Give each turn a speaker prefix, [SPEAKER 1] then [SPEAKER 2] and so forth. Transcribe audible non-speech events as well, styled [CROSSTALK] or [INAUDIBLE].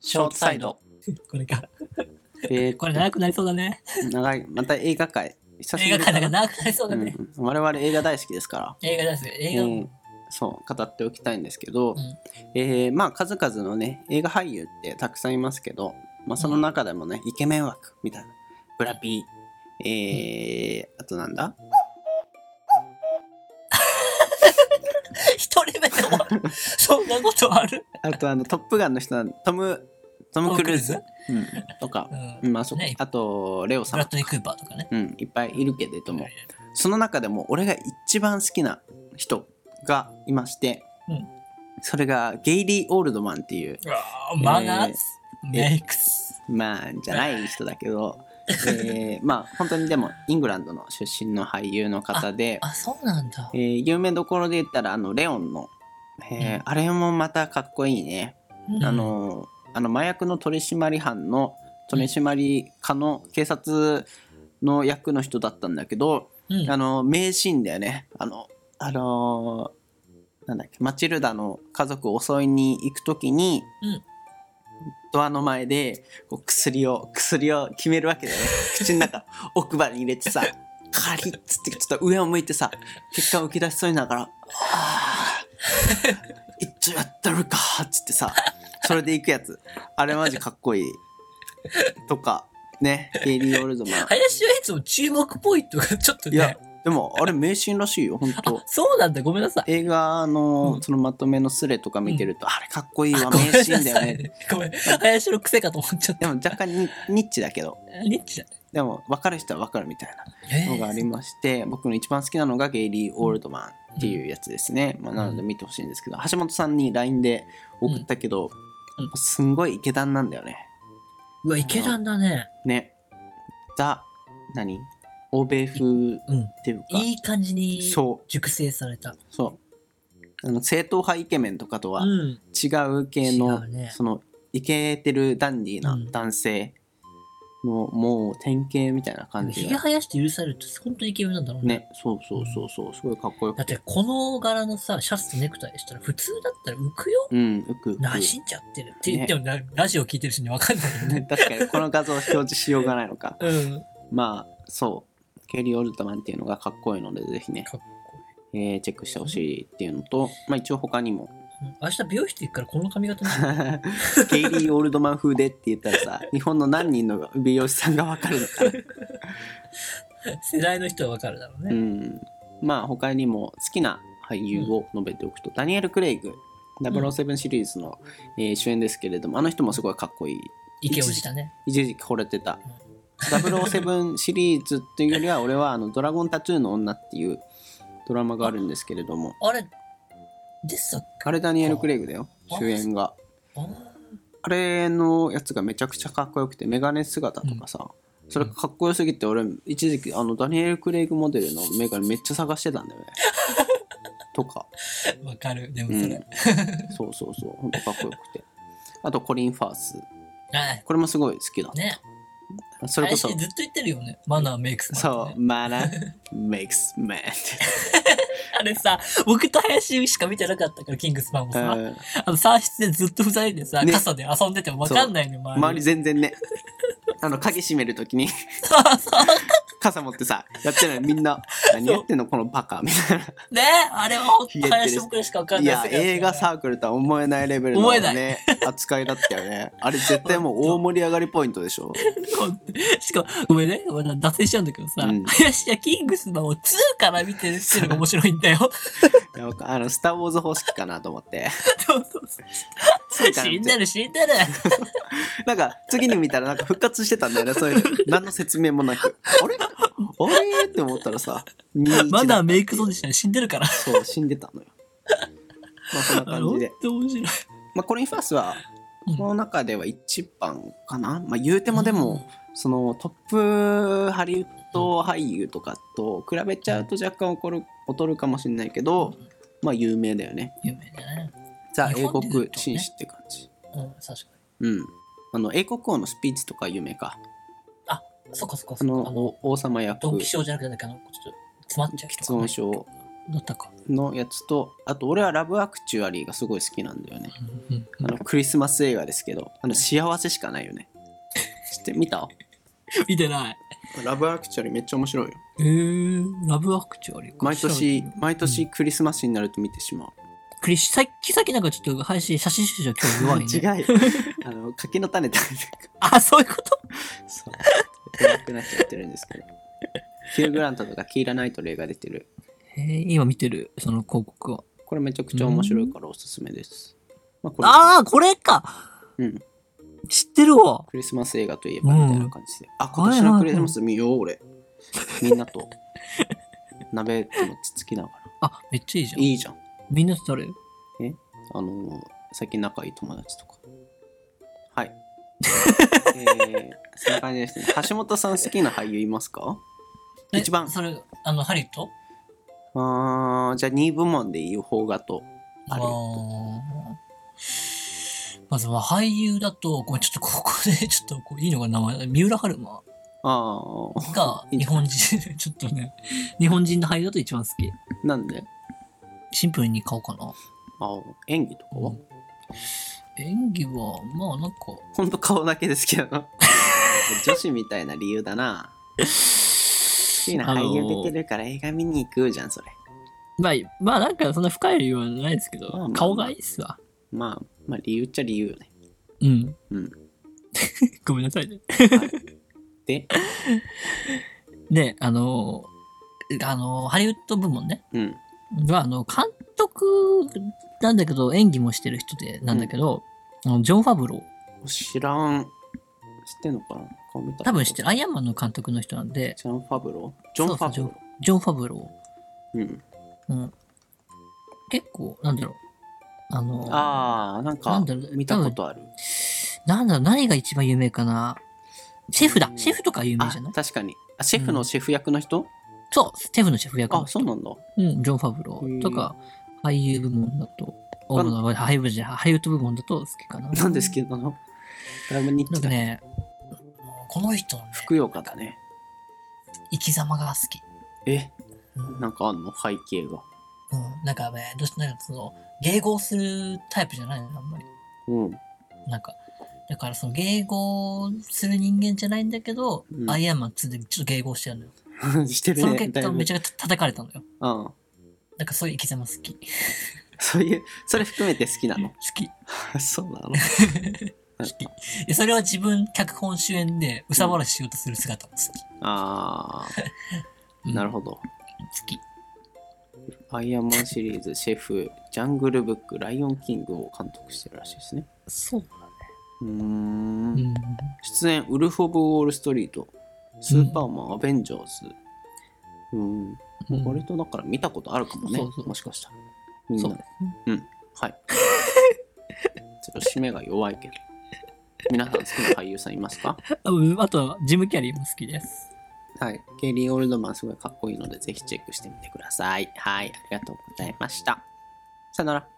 [SPEAKER 1] ショートサイド。 [LAUGHS]
[SPEAKER 2] これか。
[SPEAKER 1] えー
[SPEAKER 2] これ長くなりそうだね。
[SPEAKER 1] 長い。また映画界。久し
[SPEAKER 2] 映
[SPEAKER 1] ぶ
[SPEAKER 2] 画
[SPEAKER 1] りか
[SPEAKER 2] 館だから
[SPEAKER 1] な。
[SPEAKER 2] 長くなりそうだね。
[SPEAKER 1] うん我々映画大好きですから。
[SPEAKER 2] 映画ですね。映画。
[SPEAKER 1] う
[SPEAKER 2] うん
[SPEAKER 1] ん、そう語っておきたいんですけど、
[SPEAKER 2] うん
[SPEAKER 1] えーまあ数々のね映画俳優ってたくさんいますけど、まあ、その中でもね、イケメン枠みたいなブラピー、えーあとなんだ
[SPEAKER 2] 一人目で終わる。そんなことある
[SPEAKER 1] あとあのトップガンの人なんトム [LAUGHS] トム・クルーズ
[SPEAKER 2] トム
[SPEAKER 1] うん、とか
[SPEAKER 2] う、ん。
[SPEAKER 1] うんまあ、そ
[SPEAKER 2] ね
[SPEAKER 1] あとレオさ
[SPEAKER 2] ブラ
[SPEAKER 1] ん
[SPEAKER 2] ッ、ドリー・クーパーとかね。
[SPEAKER 1] うん、いっぱいいるけれどもその中でも俺が一番好きな人がいまして、
[SPEAKER 2] うん
[SPEAKER 1] それがゲイリー・オールドマンっていう
[SPEAKER 2] うわーマナーズ、メイクス。
[SPEAKER 1] まあじゃない人だけ
[SPEAKER 2] [LAUGHS]
[SPEAKER 1] ど、えーまあ本当にでもイングランドの出身の俳優の方で、
[SPEAKER 2] あ、そうなんだ
[SPEAKER 1] え。ー有名どころで言ったらあのレオンの、えー
[SPEAKER 2] うん
[SPEAKER 1] あれもまたかっこいいね、
[SPEAKER 2] うん
[SPEAKER 1] あ、のあの麻薬の取締班の取締課の警察の役の人だったんだけど、
[SPEAKER 2] うん
[SPEAKER 1] あの名シーンだよねあのあのーなんだっけマチルダの家族を襲いに行く時に、
[SPEAKER 2] うん
[SPEAKER 1] ドアの前でこう薬を薬を決めるわけだ
[SPEAKER 2] [LAUGHS]
[SPEAKER 1] よね口の中奥歯に入れてさカリッつってちょっと上を向いてさ血管浮き出しそうになるから「あーいっちゃってるか」っつってさそれで行くやつあれマジかっこいいとかねゲイリー・オールドマン
[SPEAKER 2] 林修一の注目ポイントがちょっと
[SPEAKER 1] いや
[SPEAKER 2] ね。
[SPEAKER 1] でもあれ名シーンらしい
[SPEAKER 2] [LAUGHS]
[SPEAKER 1] よ本当
[SPEAKER 2] そうなんだ。ごめんなさい。
[SPEAKER 1] 映画の、
[SPEAKER 2] うん
[SPEAKER 1] そのまとめのスレとか見てると、あれかっこいいわ
[SPEAKER 2] ごめん
[SPEAKER 1] 名
[SPEAKER 2] な
[SPEAKER 1] シーンだよ
[SPEAKER 2] さ
[SPEAKER 1] ね
[SPEAKER 2] い。ごめん。林の癖かと思っちゃっ
[SPEAKER 1] で
[SPEAKER 2] た。
[SPEAKER 1] も若干にニッチだけど
[SPEAKER 2] ニッチだ。
[SPEAKER 1] でも分かる人は分かるみたい
[SPEAKER 2] え
[SPEAKER 1] なのがありまして、僕の一番好きなのがゲイリー・オールドマンっていうやつですね、まあ、なので見てほしいんですけど橋本さんに LINE で送ったけど、
[SPEAKER 2] うん
[SPEAKER 1] もうすんごいイケダンなんだよね
[SPEAKER 2] うわ、池田だね。
[SPEAKER 1] ねザ何欧米風っ
[SPEAKER 2] うん。
[SPEAKER 1] ていうか
[SPEAKER 2] いい感じに
[SPEAKER 1] そ
[SPEAKER 2] 熟成された。
[SPEAKER 1] うそうあの正統派イケメンとかとは
[SPEAKER 2] うん。
[SPEAKER 1] 違う系の、
[SPEAKER 2] 違うね
[SPEAKER 1] そのイケてるダンディーな
[SPEAKER 2] うん
[SPEAKER 1] 男性の、もう典型みたいな感
[SPEAKER 2] ひ
[SPEAKER 1] じ
[SPEAKER 2] げ
[SPEAKER 1] が
[SPEAKER 2] 生やして許されると本当にイケメンなんだろうね。
[SPEAKER 1] ねそうそうそうそうすごいかっこよ
[SPEAKER 2] だ
[SPEAKER 1] く
[SPEAKER 2] っててこの柄のさ、シャツとネクタイしたら普通だったら浮くよ。
[SPEAKER 1] うんうくうく
[SPEAKER 2] 馴染んじゃってる。って言ってもな、ラジオ聞いてる人にわかんないよね。
[SPEAKER 1] [LAUGHS] 確かにこの画像表示しようがないの
[SPEAKER 2] [LAUGHS]
[SPEAKER 1] か
[SPEAKER 2] うん。
[SPEAKER 1] まあそうケリー・オルトマンっていうのがかっこいいのでぜひね、
[SPEAKER 2] かっこ
[SPEAKER 1] えーチェックしてほしいっていうのと、まあ、一応他にも [LAUGHS]
[SPEAKER 2] いい。明日美容室行くからこの髪型にしよ
[SPEAKER 1] ケイリー・オールドマン風でって言ったらさ日本の何人の美容師さんがわかるのかな
[SPEAKER 2] う世代の人はわかるだろう
[SPEAKER 1] う
[SPEAKER 2] ね。
[SPEAKER 1] ん、まあ他にも好きな俳優を述べておくと、ダニエル・クレイグ007シリーズの、えー主演ですけれどもあの人もすごいかっこいい
[SPEAKER 2] イケオジだね。
[SPEAKER 1] 一時期惚れてた007シリーズっていうよ [LAUGHS] りは俺はあの「ドラゴンタトゥーの女」っていうドラマがあるんですけれども
[SPEAKER 2] あれ、でさ、
[SPEAKER 1] あれダニエル・クレイグだよ
[SPEAKER 2] あ
[SPEAKER 1] 主演が
[SPEAKER 2] あー
[SPEAKER 1] あれのやつがめちゃくちゃかっこよくてメガネ姿とかさ、それがかっこよすぎて俺一時期あのダニエル・クレイグモデルのメガネめっちゃ探してたんだ [LAUGHS] よねとか
[SPEAKER 2] わかる。でも
[SPEAKER 1] う
[SPEAKER 2] そ
[SPEAKER 1] ん
[SPEAKER 2] れ。、
[SPEAKER 1] [LAUGHS] そうそうそう本当かっこよくてあとコリン・ファース
[SPEAKER 2] はい。
[SPEAKER 1] これもすごい好きだ
[SPEAKER 2] ね。
[SPEAKER 1] それこそ
[SPEAKER 2] 林ずっと言ってるよね。マナーメイクスマナー
[SPEAKER 1] そうマナ makes
[SPEAKER 2] [LAUGHS]
[SPEAKER 1] man
[SPEAKER 2] あれさ、僕と林しか見てなかったから、キングスパンも
[SPEAKER 1] う
[SPEAKER 2] さ、
[SPEAKER 1] ん
[SPEAKER 2] [LAUGHS] あの、三室でずっとふざいでさ、
[SPEAKER 1] ね
[SPEAKER 2] 傘で遊んでてもわかんないの、周
[SPEAKER 1] 周
[SPEAKER 2] り
[SPEAKER 1] り。全然ねあの鍵閉めるときに [LAUGHS]
[SPEAKER 2] そうそう。
[SPEAKER 1] 傘持ってさやってないみん
[SPEAKER 2] [LAUGHS]
[SPEAKER 1] な何やってんのこのバカみたい
[SPEAKER 2] ねあれは本
[SPEAKER 1] 冷え
[SPEAKER 2] 当
[SPEAKER 1] てる
[SPEAKER 2] 林僕らしかわか
[SPEAKER 1] なんい
[SPEAKER 2] ない
[SPEAKER 1] や
[SPEAKER 2] 世界だったよね
[SPEAKER 1] 映画サークルとは思えないレベルの
[SPEAKER 2] 思えない
[SPEAKER 1] ね扱いだったよねあれ絶対もう大盛り上がりポイントでし
[SPEAKER 2] [LAUGHS]
[SPEAKER 1] ょ
[SPEAKER 2] しかも、ごめんね、まだ脱線しちゃうんだけどさ、
[SPEAKER 1] うん
[SPEAKER 2] 林はキングスマンを2から見てるっていうのが面白いんだよ。
[SPEAKER 1] いや僕あのスター・ウォーズ方式かなと思って
[SPEAKER 2] [LAUGHS] そうそうそう死んでる死んでる。
[SPEAKER 1] なんか次に見たらなんか復活してたんだよねそういうの何の説明もなくあれあれって思ったらさ21
[SPEAKER 2] まだ
[SPEAKER 1] っ
[SPEAKER 2] メイクゾーンしたら死んでるから。
[SPEAKER 1] そう死んでたのよまあそんな
[SPEAKER 2] あ
[SPEAKER 1] 感
[SPEAKER 2] れ
[SPEAKER 1] じ
[SPEAKER 2] 本
[SPEAKER 1] で、
[SPEAKER 2] 当面白い。
[SPEAKER 1] まあ、コリン・ファースは
[SPEAKER 2] うん
[SPEAKER 1] この中では一番かな、まあ、言うてもでも、そのトップハリウッド俳優とかと比べちゃうと若干劣る劣るかもしれないけど、まあ有名だよね
[SPEAKER 2] 有名だね。
[SPEAKER 1] ザ・
[SPEAKER 2] 日
[SPEAKER 1] 英
[SPEAKER 2] 本で言うとね
[SPEAKER 1] 国紳士って感じ
[SPEAKER 2] うん、確かに。
[SPEAKER 1] うんあの英国王のスピーチとか有名か
[SPEAKER 2] そっかそっかそ
[SPEAKER 1] あ
[SPEAKER 2] っ
[SPEAKER 1] の
[SPEAKER 2] か。あの、
[SPEAKER 1] お王様役
[SPEAKER 2] ドンキショーじゃなくてなんだっけ、あの、ちょっと詰まっちゃう人
[SPEAKER 1] 質問症
[SPEAKER 2] だったか。
[SPEAKER 1] のやつとあと俺はラブアクチュアリーがすごい好きなんだよね
[SPEAKER 2] うんうん
[SPEAKER 1] あのクリスマス映画ですけどあの幸せしかないよね [LAUGHS] 知って見た
[SPEAKER 2] 見てない。
[SPEAKER 1] ラブアクチュアリーめっちゃ面白いよ
[SPEAKER 2] えー、ラブアクチュアリーか
[SPEAKER 1] 毎年
[SPEAKER 2] 調べてみよう
[SPEAKER 1] 毎年クリスマスになると見てしまう
[SPEAKER 2] クリス、さっきさっきなんかちょっと林、写真集じゃ今日弱い、ね。
[SPEAKER 1] [LAUGHS] 違うあの柿の種食べてるか
[SPEAKER 2] [LAUGHS] あ、そういうこと
[SPEAKER 1] らそう暗くなっちゃってるん [LAUGHS] ですけどヒュー・グラントとかキーラ・ナイトレイが出てる
[SPEAKER 2] えー、今見てる、その広告を。
[SPEAKER 1] これめちゃくちゃ面白いからおすすめです、まあ、これ
[SPEAKER 2] ああ、これか
[SPEAKER 1] うん
[SPEAKER 2] 知ってるわ
[SPEAKER 1] クリスマス映画といえばみたいな感じで、あ今年のクリスマス見よう俺みんなと [LAUGHS] 鍋ともつつきながら
[SPEAKER 2] あ、めっちゃいいじゃん。
[SPEAKER 1] いいじゃん
[SPEAKER 2] みんなと誰
[SPEAKER 1] あのー最近仲いい友達とかはいえー、そんな感じですね橋本さん好きな俳優いますか
[SPEAKER 2] え
[SPEAKER 1] 一番
[SPEAKER 2] それ、あの、ハリウッド
[SPEAKER 1] あーじゃあ2部門で言う方がとある
[SPEAKER 2] あーまずは俳優だと、ごめん、ちょっとここで、ちょっとこういいのかな、名前三浦春馬
[SPEAKER 1] あ
[SPEAKER 2] が
[SPEAKER 1] [LAUGHS] いい
[SPEAKER 2] 日本人、 [LAUGHS] ちょっとね、日本人の俳優だと一番好き。
[SPEAKER 1] ーなんで
[SPEAKER 2] シンプルに顔かな。
[SPEAKER 1] あー演技とかは、
[SPEAKER 2] うん演技は、まあなんか、
[SPEAKER 1] ほんと顔だけですけど [LAUGHS] 女子みたいな理由だな好きな俳優出てるから映画見に行くじゃんそれ
[SPEAKER 2] まあ、まあなんかそんな深い理由はないですけど、
[SPEAKER 1] まあまあ
[SPEAKER 2] 顔がいいっすわ。
[SPEAKER 1] まあまあ理由っちゃ理由よね
[SPEAKER 2] うん。
[SPEAKER 1] うん
[SPEAKER 2] [LAUGHS] ごめんなさいね。
[SPEAKER 1] で
[SPEAKER 2] で、あの、あの、ハリウッド部門ね。
[SPEAKER 1] うん
[SPEAKER 2] は、あの、監督なんだけど、演技もしてる人で、なんだけど、あのジョン・ファブロー。
[SPEAKER 1] 知らん知ってんのかな顔見た
[SPEAKER 2] 多分知って
[SPEAKER 1] る
[SPEAKER 2] る。アイアンマンの監督の人なんで、
[SPEAKER 1] ジョン・ファブロージョン・ファブロ
[SPEAKER 2] そうそうジョン・ファブロ
[SPEAKER 1] ーうん
[SPEAKER 2] ー。うん。結構、なんだろう。あの、
[SPEAKER 1] ああなんか
[SPEAKER 2] なんだろう
[SPEAKER 1] 見たことある
[SPEAKER 2] なんだろう、何が一番有名かな。シェフだ。シェフとか有名
[SPEAKER 1] あ
[SPEAKER 2] じゃない
[SPEAKER 1] 確かにあシェフのシェフ役の人、
[SPEAKER 2] そう、シェフのシェフ役の
[SPEAKER 1] あそ
[SPEAKER 2] 人
[SPEAKER 1] うなんだ
[SPEAKER 2] うん、ジョン・ファブローとか、俳優部門だと、
[SPEAKER 1] わ
[SPEAKER 2] お
[SPEAKER 1] かん
[SPEAKER 2] ハリウッドじゃハリウッド部門だと好きかな。
[SPEAKER 1] なんですけどなだいぶニッ
[SPEAKER 2] な
[SPEAKER 1] チ
[SPEAKER 2] ん
[SPEAKER 1] だ
[SPEAKER 2] かね、この人のね、
[SPEAKER 1] ふくよかだね
[SPEAKER 2] 生き様が好き。
[SPEAKER 1] え
[SPEAKER 2] うん、
[SPEAKER 1] なんかあんの背景が
[SPEAKER 2] うんなんかね、どうしなんかその、迎合するタイプじゃないの、あんまり。
[SPEAKER 1] うん
[SPEAKER 2] なんか、だからその、迎合する人間じゃないんだけど、
[SPEAKER 1] うん
[SPEAKER 2] アイアンマン2でちょっと迎合してるのよ。
[SPEAKER 1] してる
[SPEAKER 2] その
[SPEAKER 1] ね
[SPEAKER 2] 結
[SPEAKER 1] だい
[SPEAKER 2] 果、
[SPEAKER 1] ぶ
[SPEAKER 2] めちゃくちゃ叩かれたのよ。
[SPEAKER 1] うん
[SPEAKER 2] なんかそういう生き様好き。好
[SPEAKER 1] そういうそれ含めて好きなの [LAUGHS]
[SPEAKER 2] き。
[SPEAKER 1] そう
[SPEAKER 2] [LAUGHS]
[SPEAKER 1] なの
[SPEAKER 2] 好き。いやそれは自分、脚本主演で、うさばらししようとする姿も好き。
[SPEAKER 1] ああなるほど
[SPEAKER 2] 好き。
[SPEAKER 1] アイアンマンシリーズ、シェフ、ジャングルブック、ライオンキングを監督してるらしいですね。
[SPEAKER 2] そうだ
[SPEAKER 1] うーん
[SPEAKER 2] ね。うん。
[SPEAKER 1] 出演、ウルフ・オブ・ウォール・ストリート、スーパーマン、アベンジャーズ。うーん、
[SPEAKER 2] うん
[SPEAKER 1] 割とだから見たことあるかもね、
[SPEAKER 2] そうそう
[SPEAKER 1] もしかしたら。みん
[SPEAKER 2] そ
[SPEAKER 1] な
[SPEAKER 2] う
[SPEAKER 1] で。はい。 [LAUGHS] ちょっと締めが弱いけど。皆さん好きな俳優さんいますか
[SPEAKER 2] あうんあとは、ジム・キャリーも好きです。
[SPEAKER 1] はい。ケイリー・オールドマンすごいかっこいいので、ぜひチェックしてみてください。はい。ありがとうございました。さよなら。